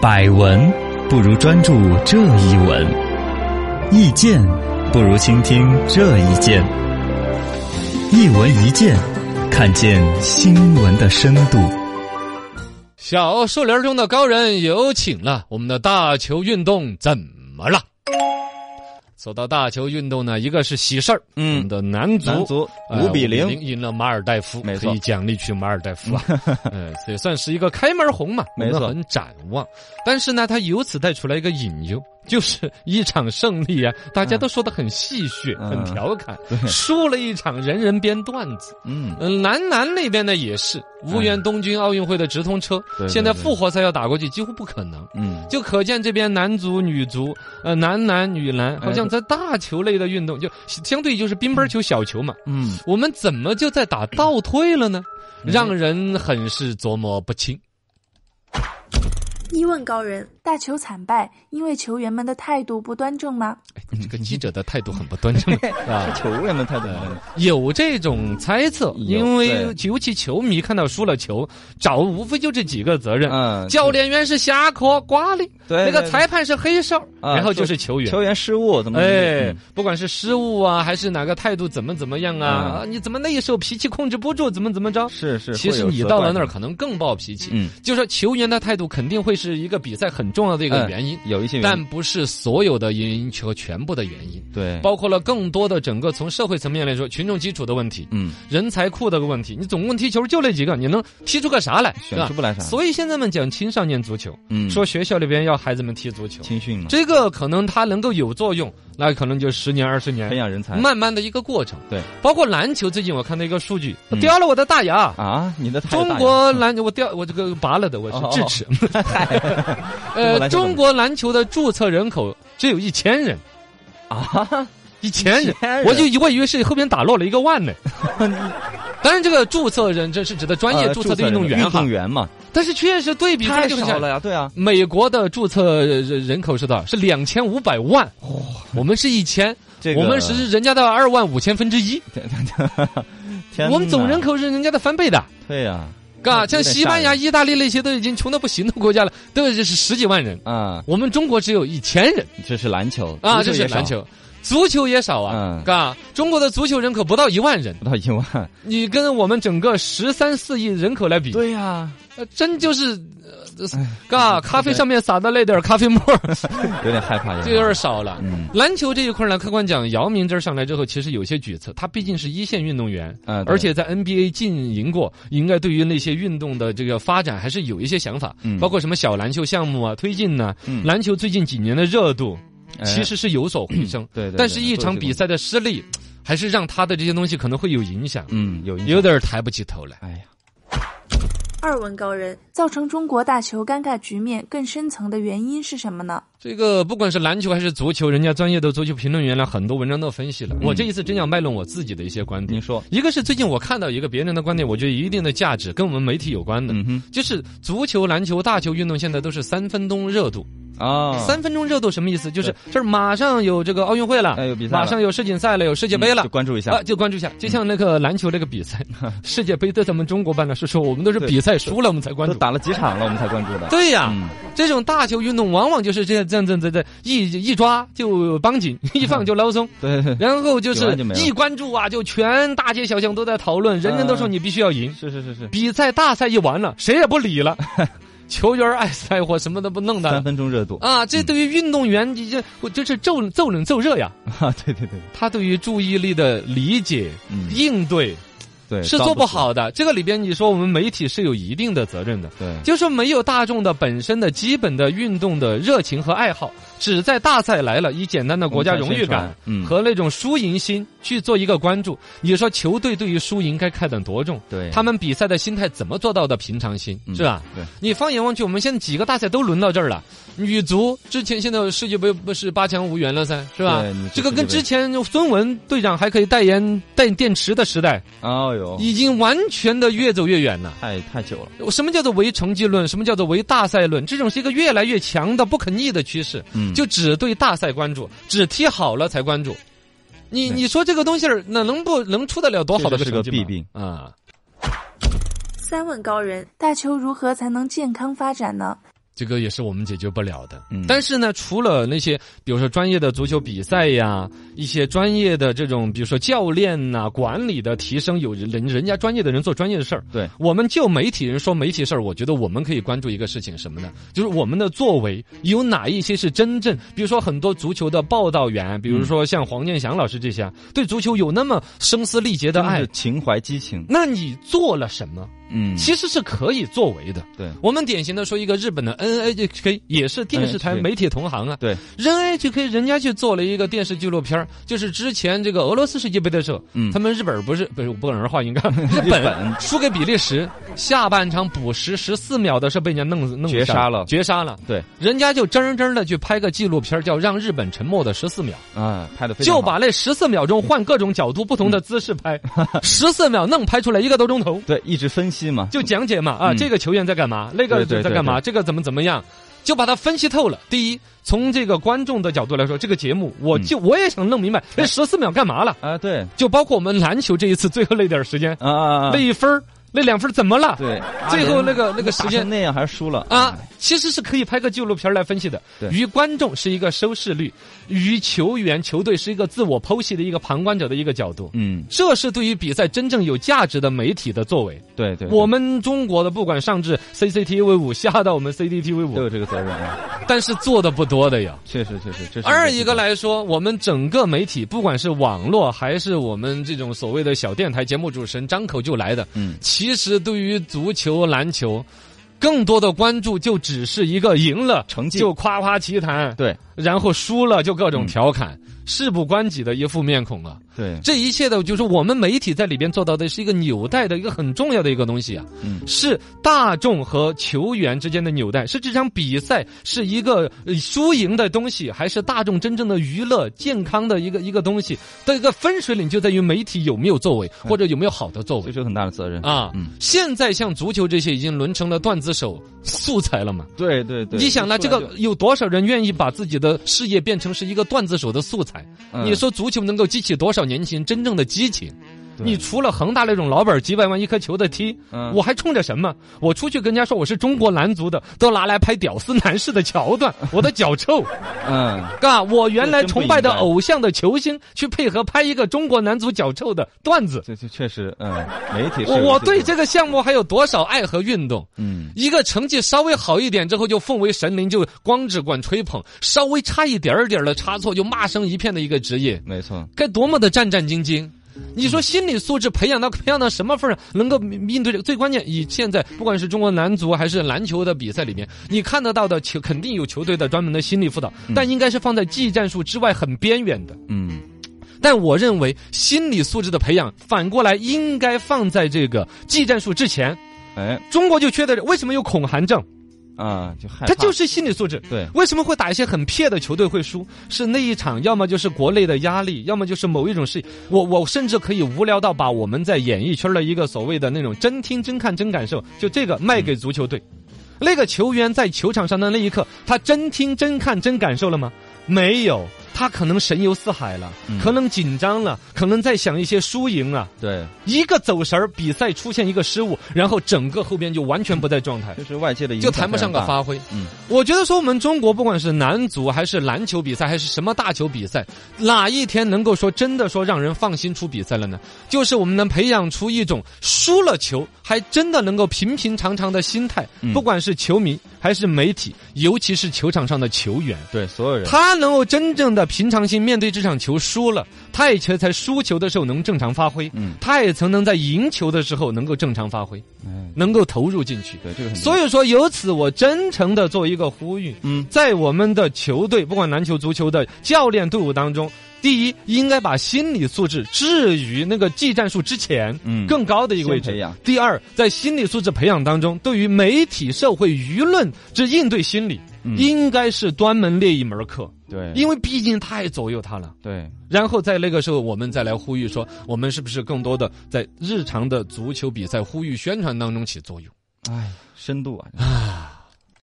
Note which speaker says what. Speaker 1: 百闻不如专注这一闻，意见不如倾听这一见。一闻一见，看见新闻的深度。
Speaker 2: 小树林中的高人有请了，我们的大球运动怎么了？说到大球运动呢，一个是喜事儿，我们
Speaker 1: 嗯，
Speaker 2: 的男足
Speaker 1: 男足哎
Speaker 2: 呃
Speaker 1: 五比零
Speaker 2: 5赢了马尔代夫，
Speaker 1: 没错
Speaker 2: 可以奖励去马尔代夫啊， 嗯，这也算是一个开门红嘛，
Speaker 1: 没错
Speaker 2: 我们很展望。但是呢，他由此带出来一个隐忧，就是一场胜利啊，大家都说的很戏谑，
Speaker 1: 嗯
Speaker 2: 很调侃，
Speaker 1: 对
Speaker 2: 输了一场，人人编段子。
Speaker 1: 嗯，
Speaker 2: 嗯，男篮那边呢也是无缘东京奥运会的直通车，
Speaker 1: 对对
Speaker 2: 现在
Speaker 1: 对
Speaker 2: 复活赛要打过去几乎不可能。
Speaker 1: 嗯，
Speaker 2: 就可见这边男足、女足，呃，男篮、女
Speaker 1: 哎
Speaker 2: 篮，好像在大球类的运动，就相对就是乒乓球、小球嘛，
Speaker 1: 嗯，
Speaker 2: 我们怎么就在打倒退了呢？让人很是琢磨不清。
Speaker 3: 一问高人，大球惨败，因为球员们的态度不端正吗？
Speaker 1: 嗯
Speaker 2: 这个记者的态度很不端 正啊。
Speaker 1: 球员们太懂了。
Speaker 2: 有这种猜测，
Speaker 1: 有
Speaker 2: 因为
Speaker 1: 对
Speaker 2: 尤其球迷看到输了球，找无非就这几个责任：
Speaker 1: 嗯，
Speaker 2: 教练员是瞎磕瓜哩，
Speaker 1: 对
Speaker 2: 那个
Speaker 1: 哎对
Speaker 2: 裁判是黑哨，
Speaker 1: 啊
Speaker 2: 然后就是球员。
Speaker 1: 球员失误怎么？
Speaker 2: 哎
Speaker 1: 嗯，，
Speaker 2: 不管是失误啊，还是哪个态度怎么怎么样啊，啊你怎么那时候脾气控制不住，怎么怎么着？
Speaker 1: 是是，
Speaker 2: 其
Speaker 1: 会
Speaker 2: 实
Speaker 1: 有
Speaker 2: 你
Speaker 1: 责
Speaker 2: 到
Speaker 1: 怪
Speaker 2: 了那儿
Speaker 1: 的，
Speaker 2: 可能更暴脾气。
Speaker 1: 嗯，
Speaker 2: 就说球员的态度肯定会是一个比赛很重要的一个
Speaker 1: 嗯
Speaker 2: 原因，
Speaker 1: 有一些原因
Speaker 2: 但不是所有的原因和全部的原因，
Speaker 1: 对，
Speaker 2: 包括了更多的整个从社会层面来说，群众基础的问题。
Speaker 1: 嗯，
Speaker 2: 人才库的问题，你总共踢球就那几个，你能踢出个啥来？是
Speaker 1: 选
Speaker 2: 吧
Speaker 1: 出？不来啥，
Speaker 2: 所以现在们讲青少年足球，
Speaker 1: 嗯，
Speaker 2: 说学校里边要孩子们踢足球，
Speaker 1: 青训嘛，
Speaker 2: 这个可能它能够有作用，那可能就十年二十
Speaker 1: 培
Speaker 2: 年，
Speaker 1: 养人才
Speaker 2: 慢慢的一个过程。
Speaker 1: 哎对，
Speaker 2: 包括篮球，最近我看到一个数据，我
Speaker 1: 嗯
Speaker 2: 掉了我的大牙。
Speaker 1: 啊，你的太
Speaker 2: 中
Speaker 1: 大
Speaker 2: 国
Speaker 1: 呀
Speaker 2: 篮球，我掉我这个拔了的，我
Speaker 1: 哦
Speaker 2: 是智齿。
Speaker 1: 国
Speaker 2: 呃，
Speaker 1: 篮球怎么
Speaker 2: 中国篮球的注册人口只有一千人，
Speaker 1: 啊，
Speaker 2: 一千人，
Speaker 1: 千人
Speaker 2: 我就以我以为是后边打落了一个万 呢。当然，这个注册人这是指的专业
Speaker 1: 呃
Speaker 2: 注册的运动员
Speaker 1: 运
Speaker 2: 哈
Speaker 1: 动，员嘛，
Speaker 2: 但是确实对比
Speaker 1: 太
Speaker 2: 这个
Speaker 1: 少了呀，对啊，
Speaker 2: 美国的注册人人口是多少？是两千五百万，我们是一千，
Speaker 1: 这个
Speaker 2: 我们 是人家的二万五千分之一，
Speaker 1: 天哪，
Speaker 2: 我们总人口是人家的翻倍的。
Speaker 1: 对呀，
Speaker 2: 嘎，
Speaker 1: 有点
Speaker 2: 像西班牙、
Speaker 1: 吓
Speaker 2: 意大利那些都已经穷的不行的国家了，都是十几万人，
Speaker 1: 啊，
Speaker 2: 我们中国只有一千人
Speaker 1: 这是篮球
Speaker 2: 啊，这
Speaker 1: 足球
Speaker 2: 是
Speaker 1: 也少
Speaker 2: 篮球。足球也少啊
Speaker 1: 嗯，
Speaker 2: 嘎，中国的足球人口不到一万人，
Speaker 1: 不到一 万，
Speaker 2: 你跟我们整个十三四亿人口来比，
Speaker 1: 对哎呀，
Speaker 2: 呃真就是，呃嘎，咖啡上面撒的那点儿咖啡沫儿，
Speaker 1: 有点害怕，
Speaker 2: 就有点少了。
Speaker 1: 嗯
Speaker 2: 篮球这一块呢，客观讲，姚明这儿上来之后，其实有些举措，他毕竟是一线运动员，
Speaker 1: 啊，对
Speaker 2: 而且在 NBA 经营过，应该对于那些运动的这个发展还是有一些想法，
Speaker 1: 嗯
Speaker 2: 包括什么小篮球项目啊推进呢、
Speaker 1: 嗯
Speaker 2: 篮球最近几年的热度
Speaker 1: 哎
Speaker 2: 其实是有所回升，
Speaker 1: 对，对对
Speaker 2: 但是一
Speaker 1: 都
Speaker 2: 场
Speaker 1: 这个
Speaker 2: 比赛的失利，还是让他的这些东西可能会有影响，
Speaker 1: 嗯有影响
Speaker 2: 有点儿抬不起头来。
Speaker 1: 哎呀，
Speaker 3: 二问高人，造成中国大球尴尬局面更深层的原因是什么呢？
Speaker 2: 这个不管是篮球还是足球，人家专业的足球评论员呢，很多文章都分析
Speaker 1: 嗯
Speaker 2: 了。我这一次真想卖弄我自己的一些观点
Speaker 1: 您。说，
Speaker 2: 一个是最近我看到一个别人的观点，我觉得一定的价值跟我们媒体有关的，
Speaker 1: 嗯哼
Speaker 2: 就是足球、篮球、啊大球运动现在都是三分钟热度。
Speaker 1: 啊，
Speaker 2: 三分钟热度什么意思？就是这儿马上有这个奥运会了，
Speaker 1: 哎有比赛了
Speaker 2: 马上有世锦赛了，有世界
Speaker 1: 界
Speaker 2: 杯了。
Speaker 1: 嗯就关注一下嗯
Speaker 2: 啊，，就关注一下，就像那个篮球那个比 赛，世界杯在咱们中国办的是说我们都是
Speaker 1: 对
Speaker 2: 比赛输了我们才关
Speaker 1: 都
Speaker 2: 注。
Speaker 1: 打了几场了，我们才关注的，
Speaker 2: 对啊呀、
Speaker 1: 嗯
Speaker 2: 这种大球运动往往就是这样这样这样这样一一抓就绑紧， 一放
Speaker 1: 嗯
Speaker 2: 就捞松，
Speaker 1: 对对，对
Speaker 2: 然后就
Speaker 1: 有
Speaker 2: 是
Speaker 1: 完就没了
Speaker 2: 一关注啊，就全大街小巷都在讨论，人人都说
Speaker 1: 嗯
Speaker 2: 你必须要赢。
Speaker 1: 是是是是，
Speaker 2: 比赛大赛一完 了，谁也不理了，球员爱死爱活，什么都不弄
Speaker 1: 三
Speaker 2: 的
Speaker 1: 分钟热度
Speaker 2: 啊！这对于运动员，你这我真是骤骤冷骤热呀。
Speaker 1: 啊， 对对对，
Speaker 2: 他对于注意力的理解、
Speaker 1: 嗯
Speaker 2: 应对
Speaker 1: 对，
Speaker 2: 是
Speaker 1: 抓
Speaker 2: 做不
Speaker 1: 住，
Speaker 2: 好的。这个里边，你说我们媒体是有一定的责任的。
Speaker 1: 对，
Speaker 2: 就说没有大众的本身的基本的运动的热情和爱好，只在大赛来了以简单的国家荣誉感
Speaker 1: 我们才宣传嗯
Speaker 2: 和那种输赢心去做一个关注。你说球队对于输赢该看得多重？
Speaker 1: 对，
Speaker 2: 他们比赛的心态怎么做到的平常心
Speaker 1: 嗯
Speaker 2: 是吧？
Speaker 1: 对，
Speaker 2: 你放眼望去，我们现在几个大赛都轮到这儿了。女足之前现在世界杯不是八强无缘了噻，是吧
Speaker 1: 对女足？
Speaker 2: 这个跟
Speaker 1: 世界
Speaker 2: 之
Speaker 1: 杯
Speaker 2: 前孙文队长还可以代言带电池的时代，
Speaker 1: 哦哟，
Speaker 2: 已经完全的越走越远了。
Speaker 1: 太太久了，
Speaker 2: 什么叫做唯成绩论？什么叫做唯大赛论？这种是一个越来越强的不可逆的趋势。
Speaker 1: 嗯，
Speaker 2: 就只对大赛关注，只踢好了才关注。你
Speaker 1: 对
Speaker 2: 你说这个东西儿，那能不能出得了多好的
Speaker 1: 这就是
Speaker 2: 成绩吗
Speaker 1: 个弊病
Speaker 2: 啊！
Speaker 3: 三问高人，大球如何才能健康发展呢？
Speaker 2: 这个也是我们解决不了的。
Speaker 1: 嗯
Speaker 2: 但是呢，除了那些比如说专业的足球比赛呀，一些专业的这种比如说教练呐、管理的提升，有人人家专业的人做专业的事儿，
Speaker 1: 对，
Speaker 2: 我们就媒体人说媒体事儿，我觉得我们可以关注一个事情什么呢？就是我们的作为有哪一些是真正，比如说很多足球的报道员，比如说像黄健翔老师这些啊，对足球有那么声嘶力竭的
Speaker 1: 真的
Speaker 2: 爱
Speaker 1: 是，情怀激情，
Speaker 2: 那你做了什么？
Speaker 1: 嗯，
Speaker 2: 其实是可以作为的。
Speaker 1: 对
Speaker 2: 我们典型的说一个日本的 NHK 也是电视台
Speaker 1: NHK
Speaker 2: 媒体同行啊。
Speaker 1: 对，
Speaker 2: NHK 人家去做了一个电视纪录片儿就是之前这个俄罗斯世界杯的时候，
Speaker 1: 嗯
Speaker 2: 他们日本不是不是我不可能 话应该日本
Speaker 1: 本
Speaker 2: 输给比利时，下半场补时十四秒的时候被人家弄死弄
Speaker 1: 绝
Speaker 2: 上
Speaker 1: 杀了
Speaker 2: 绝杀了。
Speaker 1: 对，
Speaker 2: 人家就真真的去拍个纪录片儿叫《让日本沉默的十四秒》。
Speaker 1: 啊，拍的非常
Speaker 2: 就
Speaker 1: 好
Speaker 2: 把那十四秒钟换各种角度、不同的姿势 拍，十四秒弄拍出来一个多钟头，
Speaker 1: 对一直分析嘛，
Speaker 2: 就讲解嘛啊，
Speaker 1: 嗯
Speaker 2: 这个球员在干嘛，那个
Speaker 1: 对对
Speaker 2: 在干嘛，这个怎么怎么样。就把它分析透了。第一，从这个观众的角度来说，这个节目，我
Speaker 1: 嗯
Speaker 2: 就、我也想弄明白那十四秒干嘛了。
Speaker 1: 啊，对
Speaker 2: 就包括我们篮球这一次最后那点儿时间，
Speaker 1: 啊啊，啊
Speaker 2: 那一分儿那两分儿怎么了？
Speaker 1: 对，
Speaker 2: 最后
Speaker 1: 阿联
Speaker 2: 那个那个时
Speaker 1: 打
Speaker 2: 间
Speaker 1: 成那样还是输了
Speaker 2: 啊，，其实是可以拍个纪录片来分析的。
Speaker 1: 对
Speaker 2: 于观众是一个收视率，于球员、球队是一个自我剖析的一个旁观者的一个角度。
Speaker 1: 嗯，
Speaker 2: 这是对于比赛真正有价值的媒体的作为。
Speaker 1: 对对，对
Speaker 2: 我们中国的不管上至 CCTV 五，下到我们 CCTV
Speaker 1: 都
Speaker 2: 五，
Speaker 1: 有这个责任啊，
Speaker 2: 但是做的不多的呀。
Speaker 1: 确实确实，这是
Speaker 2: 二一个
Speaker 1: 呢，
Speaker 2: 来说，我们整个媒体，不管是网络还是我们这种所谓的小电台节目主持人张口就来的，
Speaker 1: 嗯
Speaker 2: 其实对于足球、篮球，更多的关注就只是一个赢了
Speaker 1: 成绩
Speaker 2: 就夸夸其谈，
Speaker 1: 对嗯
Speaker 2: 然后输了就各种调侃，事不关己的一副面孔啊。
Speaker 1: 对，
Speaker 2: 这一切的就是我们媒体在里边做到的是一个纽带的一个很重要的一个东西啊，
Speaker 1: 嗯
Speaker 2: 是大众和球员之间的纽带，是这场比赛是一个呃输赢的东西，还是大众真正的娱乐健康的一个一个东西的一个分水岭，就在于媒体有没有作为，或者有没有好的作
Speaker 1: 这
Speaker 2: 为。
Speaker 1: 嗯是有很大的责任
Speaker 2: 啊，
Speaker 1: 嗯
Speaker 2: 现在像足球这些已经沦成了段子手素材了嘛？
Speaker 1: 对对对，
Speaker 2: 你想呢？
Speaker 1: 出
Speaker 2: 这
Speaker 1: 来
Speaker 2: 个有多少人愿意把自己的事业变成是一个段子手的素材？
Speaker 1: 嗯
Speaker 2: 你说足球能够激起多少年轻人真正的激情？
Speaker 1: 对
Speaker 2: 你除了恒大那种老板几百万一颗球的踢，
Speaker 1: 嗯
Speaker 2: 我还冲着什么？我出去跟人家说我是中国男足的，都拿来拍屌丝男士的桥段，我的脚臭，
Speaker 1: 嗯，
Speaker 2: 嘎！我原来
Speaker 1: 这真不
Speaker 2: 崇拜的
Speaker 1: 应该
Speaker 2: 偶像的球星去配合拍一个中国男足脚臭的段子，
Speaker 1: 这这确实，嗯，媒体是
Speaker 2: 我
Speaker 1: 有
Speaker 2: 我
Speaker 1: 责
Speaker 2: 对
Speaker 1: 任
Speaker 2: 这个项目还有多少爱和运动？
Speaker 1: 嗯
Speaker 2: 一个成绩稍微好一点之后就奉为神灵，就光只管吹捧；稍微差一点儿点儿的差错，就骂声一片的一个职业，
Speaker 1: 没错，
Speaker 2: 该多么的战战兢兢！你说心理素质培养到培养到什么份儿上，能够应对这个？最关键，以现在不管是中国男足还是篮球的比赛里面，你看得到的球肯定有球队的专门的心理辅导，但应该是放在技战术之外很边缘的。
Speaker 1: 嗯
Speaker 2: 但我认为心理素质的培养，反过来应该放在这个技战术之前。
Speaker 1: 哎
Speaker 2: 中国就缺的，为什么有恐韩症？
Speaker 1: 啊，就害怕，
Speaker 2: 他就是心理素质。
Speaker 1: 对
Speaker 2: 为什么会打一些很撇的球队会输？是那一场，要么就是国内的压力，要么就是某一种事。我我甚至可以无聊到把我们在演艺圈的一个所谓的那种真听、真看、真感受，就这个卖给足球队。那个球员在球场上的那一刻，他真听、真看、真感受了吗？没有，他可能神游四海了，
Speaker 1: 嗯
Speaker 2: 可能紧张了，可能在想一些输赢啊。
Speaker 1: 对，
Speaker 2: 一个走神儿，比赛出现一个失误，然后整个后边就完全不在状态，
Speaker 1: 就是外界的影
Speaker 2: 就
Speaker 1: 响
Speaker 2: 谈不
Speaker 1: 非
Speaker 2: 上
Speaker 1: 常
Speaker 2: 个
Speaker 1: 大，
Speaker 2: 发挥。
Speaker 1: 嗯
Speaker 2: 我觉得说我们中国不管是男足还是篮球比赛还是什么大球比赛，哪一天能够说真的说让人放心出比赛了呢？就是我们能培养出一种输了球还真的能够平平常常的心态，
Speaker 1: 嗯
Speaker 2: 不管是球迷还是媒体，尤其是球场上的球员。
Speaker 1: 对所有人，
Speaker 2: 他能够真正的平常心面对这场球输了，他也才才输球的时候能正常发挥，
Speaker 1: 嗯
Speaker 2: 他也曾能在赢球的时候能够正常发挥，
Speaker 1: 哎
Speaker 2: 能够投入进去。
Speaker 1: 对这个很
Speaker 2: 所
Speaker 1: 以
Speaker 2: 以说，由此我真诚的做一个呼吁，
Speaker 1: 嗯
Speaker 2: 在我们的球队，不管篮球、足球的教练队伍当中，第一应该把心理素质置于那个技战术之前，
Speaker 1: 嗯
Speaker 2: 更高的一个位
Speaker 1: 先培
Speaker 2: 置
Speaker 1: 养。
Speaker 2: 第二，在心理素质培养当中，对于媒体、社会舆论之应对心理，
Speaker 1: 嗯
Speaker 2: 应该是专门列一门课，
Speaker 1: 对
Speaker 2: 因为毕竟太左右他了。
Speaker 1: 对
Speaker 2: 然后在那个时候，我们再来呼吁说，我们是不是更多的在日常的足球比赛呼吁宣传当中起作用？
Speaker 1: 哎深度啊，